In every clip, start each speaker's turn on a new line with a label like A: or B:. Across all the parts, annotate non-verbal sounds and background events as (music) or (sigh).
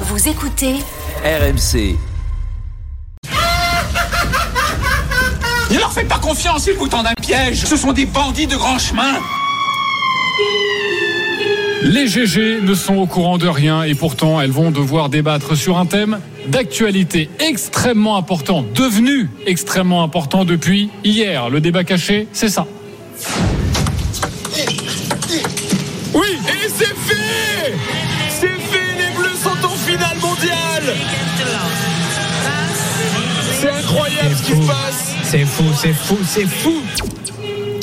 A: Vous écoutez
B: RMC.
C: Ne leur faites pas confiance, ils vous tendent un piège. Ce sont des bandits de grand chemin.
D: Les GG ne sont au courant de rien et pourtant elles vont devoir débattre sur un thème d'actualité extrêmement important, devenu extrêmement important depuis hier. Le débat caché, c'est ça.
E: Oui Et c'est fait C'est fait, les Bleus sont en finale mondiale C'est incroyable ce qui se passe
F: C'est fou, c'est fou, c'est fou.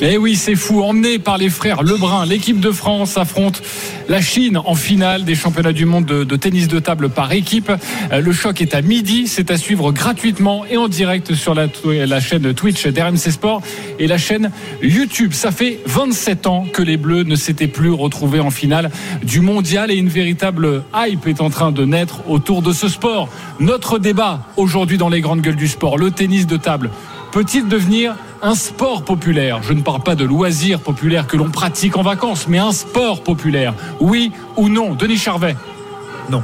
D: Eh oui, c'est fou. Emmené par les frères Lebrun, l'équipe de France affronte la Chine en finale des championnats du monde de, de tennis de table par équipe. Euh, Le choc est à midi. C'est à suivre gratuitement et en direct sur la, tw- la chaîne Twitch d'RMC Sport et la chaîne YouTube. Ça fait 27 ans que les Bleus ne s'étaient plus retrouvés en finale du mondial et une véritable hype est en train de naître autour de ce sport. Notre débat aujourd'hui dans les grandes gueules du sport, le tennis de table peut-il devenir un sport populaire Je ne parle pas de loisirs populaires que l'on pratique en vacances, mais un sport populaire. Oui ou non Denis Charvet
F: Non.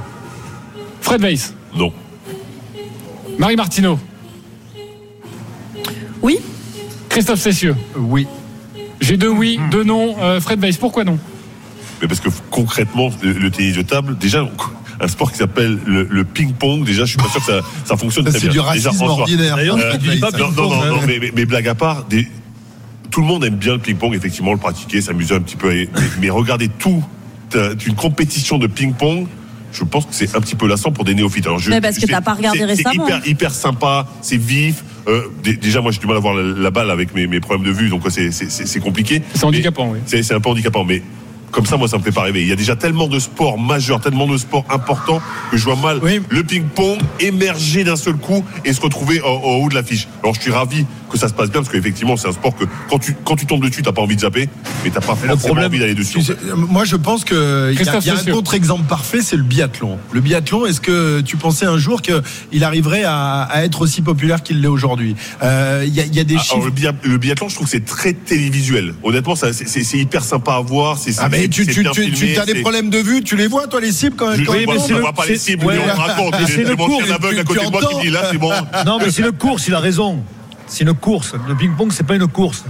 D: Fred Weiss
G: Non.
D: Marie Martineau
H: Oui.
D: Christophe Cessieux
F: Oui. Hmm.
D: J'ai deux oui, deux non. Euh, Fred Weiss, pourquoi non
G: Mais parce que concrètement, le, le tennis de table, déjà, un sport qui s'appelle le, le ping-pong, déjà, je suis pas sûr que ça, ça fonctionne
I: Ça,
G: très
I: c'est
G: bien.
I: du
G: Déjà,
I: racisme
G: en soi.
I: ordinaire. hein,
G: D'ailleurs,
I: Ouais,
G: euh,
I: tu dis pas
G: non,
I: ping-pong, hein.
G: non, non,
I: ouais.
G: non, mais, mais- mais blague à part, des- tout le monde aime bien le ping-pong, effectivement, le pratiquer, s'amuser un petit peu. et- mais, mais regardez tout, euh, une compétition de ping-pong. Je pense que c'est un petit peu lassant pour des néophytes. Alors, je-
H: Mais parce que
G: je-
H: t'as pas regardé
G: c'est-
H: récemment.
G: C'est hyper, hyper sympa, c'est vif. Euh, dé- déjà, moi, j'ai du mal à voir la, la balle avec mes, mes problèmes de vue, donc euh, c'est- c'est c'est- c'est compliqué.
D: C'est
G: Mais-
D: handicapant, oui.
G: c'est c'est un peu handicapant, mais comme ça, moi, ça me fait pas rêver. Il y a déjà tellement de sports majeurs, tellement de sports importants que je vois mal
F: Oui.
G: le ping-pong émerger d'un seul coup et se retrouver en, en haut de l'affiche. Alors, je suis ravi que ça se passe bien parce qu'effectivement, c'est un sport que quand tu, quand tu tombes dessus, t'as pas envie de zapper, mais t'as pas forcément envie d'aller dessus.
I: Tu sais, euh, moi, je pense que il y a,
D: Christophe
I: il y a un
D: Cessieux.
I: autre exemple parfait, c'est le biathlon. Le biathlon, est-ce que tu pensais un jour qu'il arriverait à, à être aussi populaire qu'il l'est aujourd'hui Euh, Il y, a- il y a des
G: Ah, alors,
I: chiffres.
G: le, bia- le biathlon, je trouve que c'est très télévisuel. Honnêtement, ça, c'est- c'est c'est hyper sympa à voir. c'est-
I: Ah,
G: c'est-
I: mais tu,
G: c'est
I: tu,
G: bien
I: tu,
G: filmé,
I: as des
G: c'est-
I: problèmes de vue, tu les vois, toi, les cibles quand
G: Je,
I: même
G: je,
I: quand
F: Oui, mais
G: moi,
I: même,
F: c'est
G: je
F: le-
G: vois pas les
F: c'est-
G: cibles, mais
F: ouais.
G: on me
I: (laughs)
G: raconte.
F: C'est
G: C'est
F: le
G: mon
F: cours,
G: ancien aveugle à
I: tu-
G: côté
I: tu
G: de moi qui me dit là, c'est
I: (laughs)
G: bon.
F: Non, mais c'est une course, il a raison. C'est une course. Le ping-pong, c'est pas une course.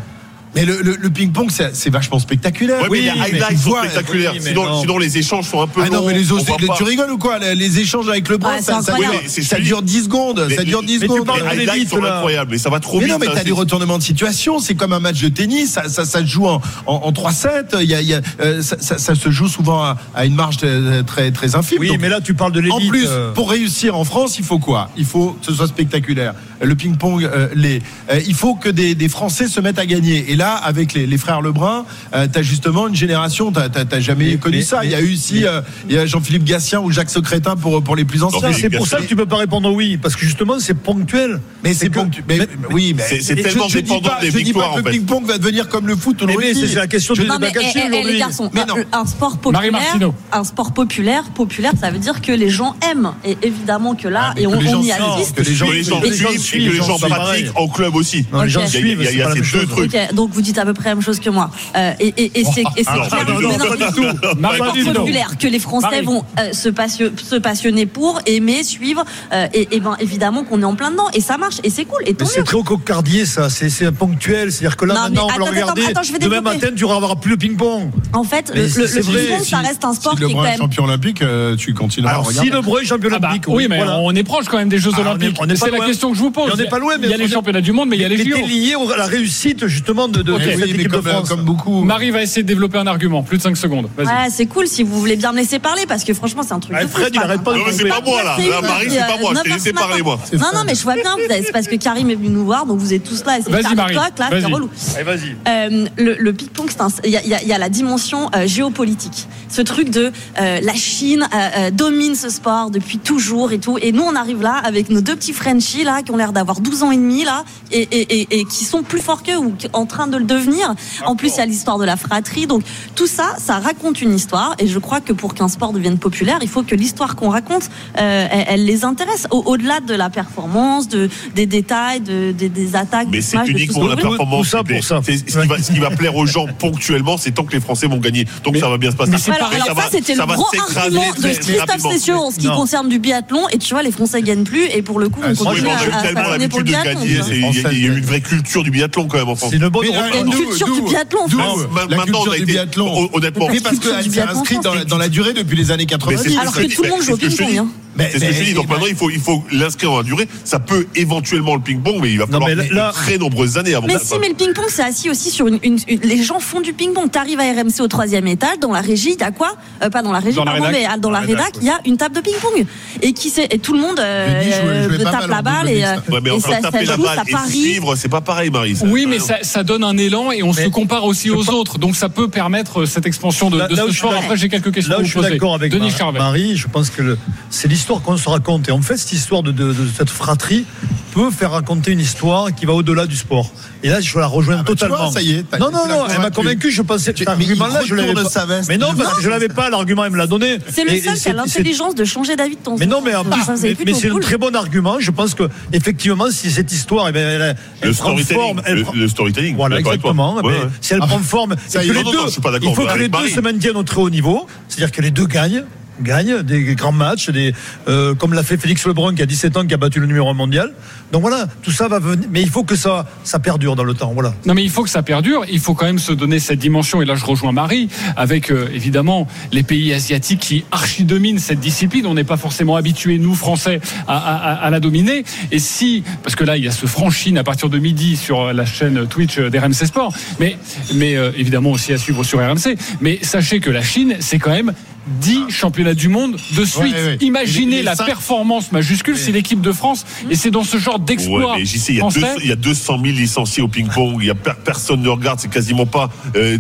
I: Mais le, le- le ping-pong, c'est c'est vachement spectaculaire.
G: Ouais, mais
F: Oui,
G: les highlights
F: mais-
G: sont
I: Ouais,
G: spectaculaires.
F: oui, mais
G: sinon,
F: non.
G: sinon, les échanges sont un peu.
I: Ah non,
G: longs,
I: mais les
G: on
I: os,
G: voit
I: les-
G: pas.
I: tu rigoles ou quoi les, les échanges avec le bras,
H: Ah,
I: ça,
H: c'est
I: ça,
H: incroyable.
I: dure-
G: Oui, mais c'est
I: ça
G: celui-
I: dure 10 secondes.
G: Mais-
I: ça dure
G: mais-
I: 10
F: mais tu
I: secondes.
F: parles
G: Les
F: des
G: highlights
F: mythes,
G: sont
F: là.
G: incroyables, mais ça va trop
I: Mais
G: vite.
I: non, mais
F: hein,
G: là,
I: t'as
G: c'est-
I: des retournements de situation. C'est comme un match de tennis. Ça, ça, ça se joue en, en, en 3-7. Il y a, il y a, euh, ça, ça- ça se joue souvent à, à une marge euh, très, très infime.
F: Oui,
I: Donc,
F: mais là, tu parles de
I: en
F: l'élite.
I: plus,
F: euh,
I: pour réussir en France, il faut quoi Il faut que ce soit spectaculaire. Le ping-pong, euh, les. euh, il faut que des, des Français se mettent à gagner. Et là, avec les, les frères Lebrun, euh, t'as justement une génération. T'as, t'as- t'as jamais
F: Mais-
I: connu
F: mais-
I: ça. Il y a
F: mais-
I: eu aussi
F: mais-
I: euh, il y a Jean-Philippe Gatien ou Jacques Secrétin pour pour les plus anciens.
G: mais-
F: C'est pour ça que tu peux pas répondre oui, parce que justement, c'est ponctuel.
I: Mais c'est
F: que-
I: ponctu- mais- oui, mais
G: C'est- c'est
I: je-
G: tellement
I: je dis
G: dépendant
I: pas-
G: des
I: je dis
G: victoires,
I: pas que
G: en
I: le
G: fait.
I: ping-pong va devenir comme le foot, on
F: Mais
I: le
F: oui,
I: dit.
F: c'est c'est la question
I: Je-
F: du
I: Non,
F: débat
H: mais eh,
F: caché
H: eh, eh, les
F: aujourd'hui.
H: garçons,
I: Mais non.
H: un, un sport
D: Marie
H: populaire, Ah,
D: Martineau.
H: un sport populaire, populaire, ça veut dire que les gens aiment. Et évidemment que là,
I: Ah, mais
H: et
I: que
H: on,
I: les
H: on
I: gens
H: y
I: savent,
H: assiste.
I: que les gens-
G: que
H: les
G: les gens
H: gens
G: suivent et
F: suivent,
G: que les
F: les
G: gens
F: gens
G: pratiquent
F: pareil.
G: en club aussi.
F: Non, les gens
H: Ok.
G: Il y a-
F: suivent,
G: il y a- il
F: c'est
G: y
F: pas
G: a
F: la même
G: ces deux
F: chose.
G: trucs.
H: Ok, Euh, donc vous dites à peu près la même chose que moi. Euh, et et, et c'est et c'est
G: non,
H: clair
G: pas du
H: mais
G: tout,
H: non,
G: pas
H: mais
G: du
H: non.
G: tout.
D: Marie
H: Sport
D: Martineau.
H: populaire que les Français
F: Marie.
H: vont euh, se, passio- se passionner pour, aimer, suivre, euh, et, et ben évidemment qu'on est en plein dedans et ça marche et c'est cool et tant
F: Mais c'est
H: mieux.
F: très au cocardier, ça. C'est c'est ponctuel. C'est-à-dire que là,
H: Non, mais
F: maintenant, on va
H: attends,
F: le regarder.
H: attends, attends, je vais
F: Demain
H: développer.
F: matin, tu auras plus le ping-pong.
H: En fait,
F: Mais
H: le,
F: c'est-
H: le,
F: c'est
H: le
F: vrai,
H: ping-pong,
F: si-
H: ça reste un sport
I: Si
H: qui est quand
I: Lebrun est
H: même
I: champion olympique, euh, tu continueras à
F: Alors, si
I: regarder.
F: le Breu est champion
D: Ah bah,
F: olympique,
D: oui, mais
F: voilà.
D: on est proche quand même des Jeux
F: Ah, on est-
D: Olympiques.
F: on est pas
D: C'est la
F: loin.
D: question que je vous pose.
F: Mais on est pas loin, mais
D: Il y a
F: on
D: les
F: est-
D: championnats du monde, mais il y a les
F: T'es
D: JO.
F: lié au- à la réussite, justement, de, de,
I: Oui,
F: de cette
I: mais
F: équipe de
I: comme, euh,
F: France.
I: comme beaucoup.
D: Marie va essayer de développer un argument. Plus de 5 secondes. Vas-y.
H: Ouais, c'est cool si vous voulez bien me laisser parler parce que franchement, c'est un truc.
F: Ah,
H: de
F: Fred,
H: fou,
F: il arrête pas de
G: Non, mais c'est
F: couper.
G: pas moi, là. Là, Marie, c'est pas moi. Je t'ai laissé parler, moi.
H: Non, non, mais je vois bien. vous avez- C'est parce que Karim est venu nous voir, donc vous êtes tous là. et c'est
D: Vas-y,
H: Karim
D: Marie,
H: Coq, là,
D: vas-y.
H: c'est relou.
F: Allez, vas-y.
H: Euh, le, le ping-pong, c'est un- il y, a- il y a- il y a la dimension euh, géopolitique. Ce truc de euh, la Chine euh, euh, domine ce sport depuis toujours et tout. Et nous, on arrive là avec nos deux petits Frenchies là qui ont l'air d'avoir 12 ans et demi là et, et- et- et qui sont plus forts qu'eux ou qui- en train de le devenir. En plus, il y a l'histoire de la fratrie. Donc, tout ça, ça raconte une histoire. Et je crois que pour qu'un sport devienne populaire, il faut que l'histoire qu'on raconte, euh, elle, elle les intéresse. Au- Au-delà de la performance, de, des détails, de, des, des attaques.
G: Mais
H: des
G: c'est
H: matchs, de
G: unique
H: tout
G: pour
H: ce
G: la
H: qu'on veut.
G: performance.
F: Tout ça
G: s'il
F: pour
G: te plaît.
F: ça.
G: C'est Ce qui, va, ce qui va plaire aux gens ponctuellement, c'est tant que les Français vont gagner. Donc
D: Mais-
G: ça va bien se passer.
D: mais c'est
G: Mais
H: Voilà,
G: ça
H: alors ça,
G: va-
H: c'était le
G: ça va
H: gros
G: s'écraser
H: argument
G: très-
H: de
G: très
H: Christophe
G: rapidement.
H: Cessieux en ce qui
F: Non.
H: concerne du biathlon. Et tu vois, les Français gagnent plus. Et pour le coup, on
I: Ah,
G: Oui,
H: continue
G: mais
H: à,
G: on a eu
H: à
G: tellement
H: faire
G: l'habitude
H: pour le
G: de
H: biathlon.
G: gagner.
H: tu vois.
G: c'est- Il y, a- il y a eu une vraie culture du biathlon quand même en France.
F: C'est le bon
I: Mais,
H: Il y a une
I: D'où-
H: culture du
I: d'où-
H: biathlon en
I: d'où-
H: France.
G: Ma-
I: La
G: Maintenant, on
I: culture
G: a
I: du
G: été.
I: biathlon.
G: hon- Honnêtement,
I: Oui, parce
H: culture du
I: qu'elle s'est
H: biathlon
I: inscrite dans, la- dans la durée depuis les années
G: Mais
I: 90.
G: c'est ce
H: Alors que
G: je
H: tout le
G: dis.
H: monde joue au
G: C'est ce que je
H: ping-pong,
G: dis.
H: hein.
I: Mais-
G: C'est ce que je
I: mais-
G: dis. Donc
I: mais-
G: maintenant, il faut, il faut l'inscrire dans la durée. Ça peut éventuellement le ping-pong, mais il va falloir
F: mais là-
G: de
F: là-
G: très nombreuses années avant
H: Mais
G: que
H: si,
G: ça.
H: mais le ping-pong, c'est assis aussi sur une, une- une- Les gens font du ping-pong. T'arrives à RMC au troisième étage, dans la régie, t'as quoi Euh, Pas dans la régie,
D: Dans la
H: pardon,
D: rédac.
H: mais ah, dans la
I: Dans la rédac,
H: rédac, il y a une table de ping-pong. Et qui sait Et tout le monde euh,
I: Denis jouait- jouait pas
H: tape
I: mal
H: la
I: en
H: balle
I: double
H: et, euh,
I: mixte.
G: Ouais, mais
H: et
G: entre
H: ça, ça
G: taper la
H: joue,
G: balle
H: ça
G: et
H: parie.
G: suivre, c'est pas pareil, Marie. ça.
D: Oui, mais ça, ça donne un élan et on se compare aussi aux autres. Donc ça peut permettre euh, cette expansion de,
F: Là-
D: de
F: là
D: ce
F: où je suis
D: sport.
F: d'accord-
D: Après, j'ai quelques questions
F: Là
D: à
F: où
D: vous
F: je suis
D: poser.
F: d'accord avec
D: Denis
F: Ma-
D: Charvet.
F: Marie, je pense que le- c'est l'histoire qu'on se raconte. Et en fait, cette histoire de, de- de cette fratrie peut faire raconter une histoire qui va au-delà du sport. Et là, je la rejoins
I: bah, tu
F: totalement.
I: vois, ça y est, t'as-
F: non, non,
I: tu l'as
F: non, elle m'a
I: convaincu.
F: convaincu. Je pensais
I: Tu-
F: cet
I: mais il
F: argument-là, je l'avais
I: retourne
F: pas.
I: sa veste.
F: Mais non, parce
I: Non,
F: que je l'avais pas. L'argument, elle me l'a donné.
H: C'est le seul
F: Et- et
H: qui a
F: c'est- c'est-
H: l'intelligence de changer d'avis de temps en
F: Mais non, mais, en
H: temps.
F: plus,
H: Ça, c'est
F: mais, mais
H: plutôt
F: c'est un
H: cool.
F: très bon argument. Je pense que effectivement, si cette histoire, eh ben, elle, elle
G: Le
F: prend forme,
G: storytelling.
F: elle
G: Le
F: prend-
G: le storytelling.
F: voilà,
G: d'accord avec toi.
F: exactement.
G: Ouais,
F: Mais
G: ouais.
F: Si elle
I: Ah,
F: prend forme,
I: ça
F: et
I: y est.
F: que les
G: Non, non,
F: deux,
G: non, je suis pas d'accord,
F: il faut
G: mais
F: que les
G: avec
F: deux
G: Paris.
F: se maintiennent au très haut niveau. C'est-à-dire que les deux gagnent, gagnent des grands matchs, des, euh, comme l'a fait Félix Lebrun qui a 17 ans, qui a battu le numéro 1 mondial. Donc voilà, tout ça va venir. Mais il faut que ça, ça perdure dans le temps. Voilà.
D: Non mais il faut que ça perdure, il faut quand même se donner cette dimension, et là je rejoins Marie, avec euh, évidemment les pays asiatiques qui archidominent cette discipline, on n'est pas forcément habitués, nous Français, à, à- à- à la dominer, et si, parce que là il y a ce franchine à partir de midi sur la chaîne Twitch euh, d'RMC Sport, mais, mais euh, évidemment aussi à suivre sur RMC, mais sachez que la Chine, c'est quand même 10 championnats du monde de suite.
I: ouais.
D: Imaginez
I: Les- les
D: la
I: cinq-
D: performance majuscule, c'est l'équipe de France, et c'est dans ce genre
G: Ouais,
D: d'exploit
G: mais JC, il y, a
D: français.
G: 200 il y a 200 000 licenciés au ping-pong. Il y a per- personne ne regarde, c'est quasiment pas euh,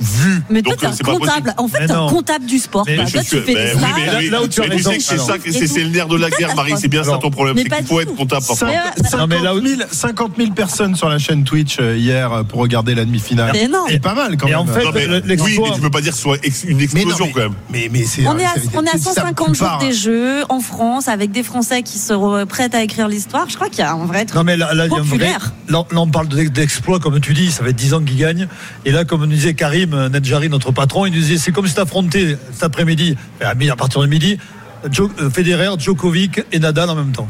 G: vu.
H: Mais toi,
G: Donc,
H: t'es
G: euh,
H: un
G: c'est pas possible.
H: comptable. En fait,
F: Mais
H: t'es un
F: non.
H: comptable du sport.
F: Mais
H: quoi.
G: Mais
H: Toi,
G: je suis-
H: tu fais des
G: ben oui, mais
H: slides.
G: oui,
F: Là où tu as
G: mais tu sais
F: raison.
G: que c'est ça, que
H: Et
G: c'est c'est
H: tout.
G: le nerf de la
H: Tout à
G: guerre,
H: fait.
G: Marie. C'est bien ça
F: Alors,
G: ton problème.
H: mais
G: C'est
H: pas
G: qu'il faut
H: du
G: être
H: tout.
G: comptable. parfois.
H: Mais, euh,
F: Non, mais là où-
I: 50 000 50 000 personnes sur la chaîne Twitch euh, hier euh, pour regarder la demi-finale.
H: Mais non.
I: C'est pas mal quand
F: Et
I: même.
F: en fait,
G: Non, mais,
F: l'exploit-
G: oui, mais tu peux pas dire que ce soit ex- une
I: Mais non,
G: explosion
I: mais-
G: quand même.
I: Mais, mais c'est, euh,
H: On est, à,
I: c'est-
H: on est à
I: c'est- c'est la
H: 150 jours
I: plupart.
H: des Jeux en France avec des Français qui seront prêts à écrire l'histoire. Je crois qu'il y a un vrai truc.
F: Non mais là, là, il y a un vrai-
H: Populaire.
F: là, là, on parle de- d'exploit comme tu dis, ça fait 10 ans qu'il gagne. Et là comme nous disait Karim euh, Nedjari, notre patron, il nous disait c'est comme si t'affrontais cet après-midi, à mi- à partir de midi, Jo- euh, Federer, Djokovic et Nadal en même temps.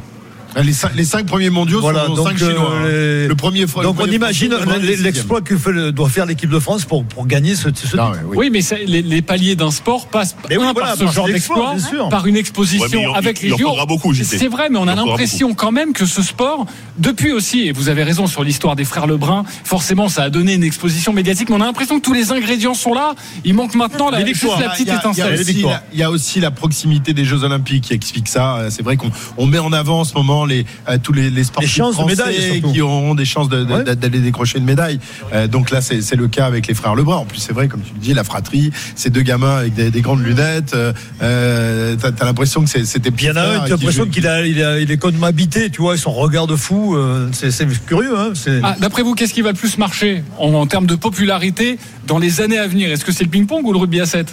I: Ah, Les cinq, les cinq premiers mondiaux
F: Voilà,
I: sont
F: donc,
I: 5 chinois. hein.
F: euh, les-
I: Le premier fr- le
F: Donc on
I: premier
F: imagine
I: français, le premier
F: l-
I: sixième.
F: l'exploit que fait le- doit faire l'équipe de France pour, pour gagner ce, ce
I: Non,
F: titre.
I: mais oui.
D: Oui, mais ça- les, les paliers d'un sport passent
F: Mais oui,
D: un,
F: voilà,
D: par ce
F: par
D: genre
F: des exploits,
D: d'exploit,
F: bien sûr.
D: par une
G: Ouais, mais
D: exposition
G: il en-
D: avec
G: il
D: les
G: en
D: JO.
G: faudra beaucoup, JT.
D: C'est vrai, mais on
G: Il
D: a
G: en faudra
D: l'impression quand même que ce sport, depuis aussi, et vous avez raison sur l'histoire des frères Lebrun, forcément ça a donné une exposition médiatique, mais on a l'impression que tous les ingrédients sont là. Il manque maintenant la, juste la petite
I: Il y a- il y a
D: étincelle.
I: aussi la- Il y a aussi la proximité des Jeux Olympiques qui explique ça. Euh, C'est vrai qu'on on met en avant en ce moment les, euh, tous les, les sportifs
F: Les chances de
I: français
F: médailles, surtout.
I: qui auront des chances de- de-
F: Ouais.
I: d'a- d'aller décrocher une médaille. Euh, donc là, c'est c'est le cas avec les frères Lebrun. En plus, c'est vrai, comme tu le dis, la fratrie, ces deux gamins avec des, des grandes lunettes. Euh, euh, T'as t'as l'impression que c'est- c'était
F: Puis il y en a un,
I: Pierre
F: tu as
I: qui
F: l'impression
I: joue-
F: qu'il a, il a- il est comme habité, tu vois, et son regard de fou, euh, c'est c'est curieux. Hein, c'est-
D: Ah, D'après vous, qu'est-ce qui va le plus marcher en, en termes de popularité dans les années à venir Est-ce que c'est le ping-pong ou le rugby à 7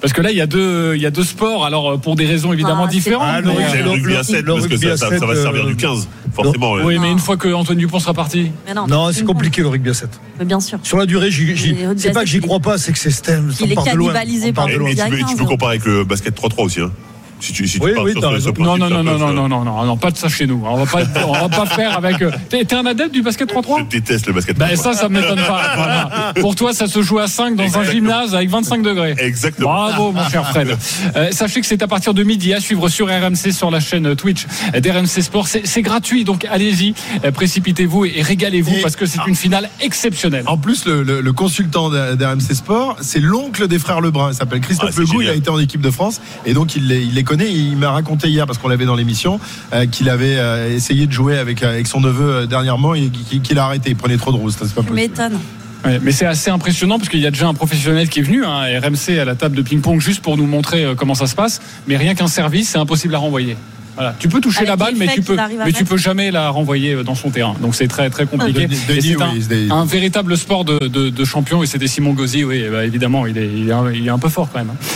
D: parce que là, il y, a deux, il y a deux sports, alors euh, pour des raisons évidemment
H: Ah, c'est-
D: différentes.
F: Ah, le
D: mais-
F: rugby-
G: C'est le
F: le-
G: rugby à
F: le-
G: 7
F: le
G: parce que
F: rugby
G: ça,
F: à
G: ça- ça va
F: sept,
G: servir
F: euh,
G: du 15, forcément. ouais. Eh,
D: Oui,
H: Non.
D: mais une fois que Antoine Dupont sera parti.
H: Mais
F: non, c'est
H: ping-pong.
F: compliqué le rugby à 7.
H: Mais bien sûr.
F: Sur la durée, j'y- j'y-
H: Mais au-delà,
F: c'est pas que j'y
H: c'est-
F: crois pas, c'est que c'est STEM.
H: Il est cannibalisé par
G: Et,
H: le
G: et tu,
H: Il y a
G: peux, tu
H: 15,
G: peux
H: hein.
G: comparer avec le basket 3-3 aussi. Hein. Si tu, si tu
F: Oui,
G: pars
F: oui,
G: sur
F: t'as
G: ce-
F: raison.
G: ce principe,
D: Non, non,
G: c'est
D: non,
G: un
D: non,
G: peu
D: non,
G: ça.
D: non, non, non, non, pas de ça chez nous. On va pas, on va pas faire avec. euh, T'es t'es un adepte du basket 3-3
G: Je déteste le basket
D: Ben
G: 3-3.
D: ça, ça m'étonne
G: (laughs)
D: pas. Voilà. Pour toi, ça se joue à 5 dans un
G: Exactement.
D: gymnase avec 25 degrés.
G: Exactement.
D: Bravo, mon cher Fred. Euh, sachez que c'est à partir de midi à suivre sur RMC, sur la chaîne euh, Twitch d'RMC Sport. C'est c'est gratuit, donc allez-y, euh, précipitez-vous et régalez-vous
I: Et-
D: parce que c'est
G: ah.
D: une finale exceptionnelle.
I: En plus, le, le- le consultant d'- d'RMC Sport, c'est l'oncle des frères Lebrun. Il s'appelle Christophe
G: Ah, c'est
I: Legou. Il a
G: génial.
I: été en équipe de France et donc il les, il les connaît. Il m'a raconté hier parce qu'on l'avait dans l'émission euh, qu'il avait euh, essayé de jouer avec, avec son neveu euh, dernièrement et qu'il qu'il a arrêté. Il prenait trop de roses. Ça, c'est pas
H: Tu
I: possible.
H: m'étonnes.
D: Ouais, mais c'est assez impressionnant parce qu'il y a déjà un professionnel qui est venu, hein, RMC à la table de ping-pong juste pour nous montrer euh, comment ça se passe. Mais rien qu'un service, c'est impossible à renvoyer. Voilà. Tu peux toucher
H: Avec
D: la balle,
H: les
D: mais
H: faits
D: tu peux,
H: qu'il arrive à
D: mais tu
H: mettre.
D: peux jamais la renvoyer euh, dans son terrain. Donc c'est très très compliqué.
I: Denis-
D: Et
I: Denis,
D: c'est
I: oui, c'est-
D: un, un bah, véritable sport de, de, de champion. Et c'était Simon Gauzy, oui, eh ben, évidemment, il est, il, est un, il est un peu fort quand même. hein.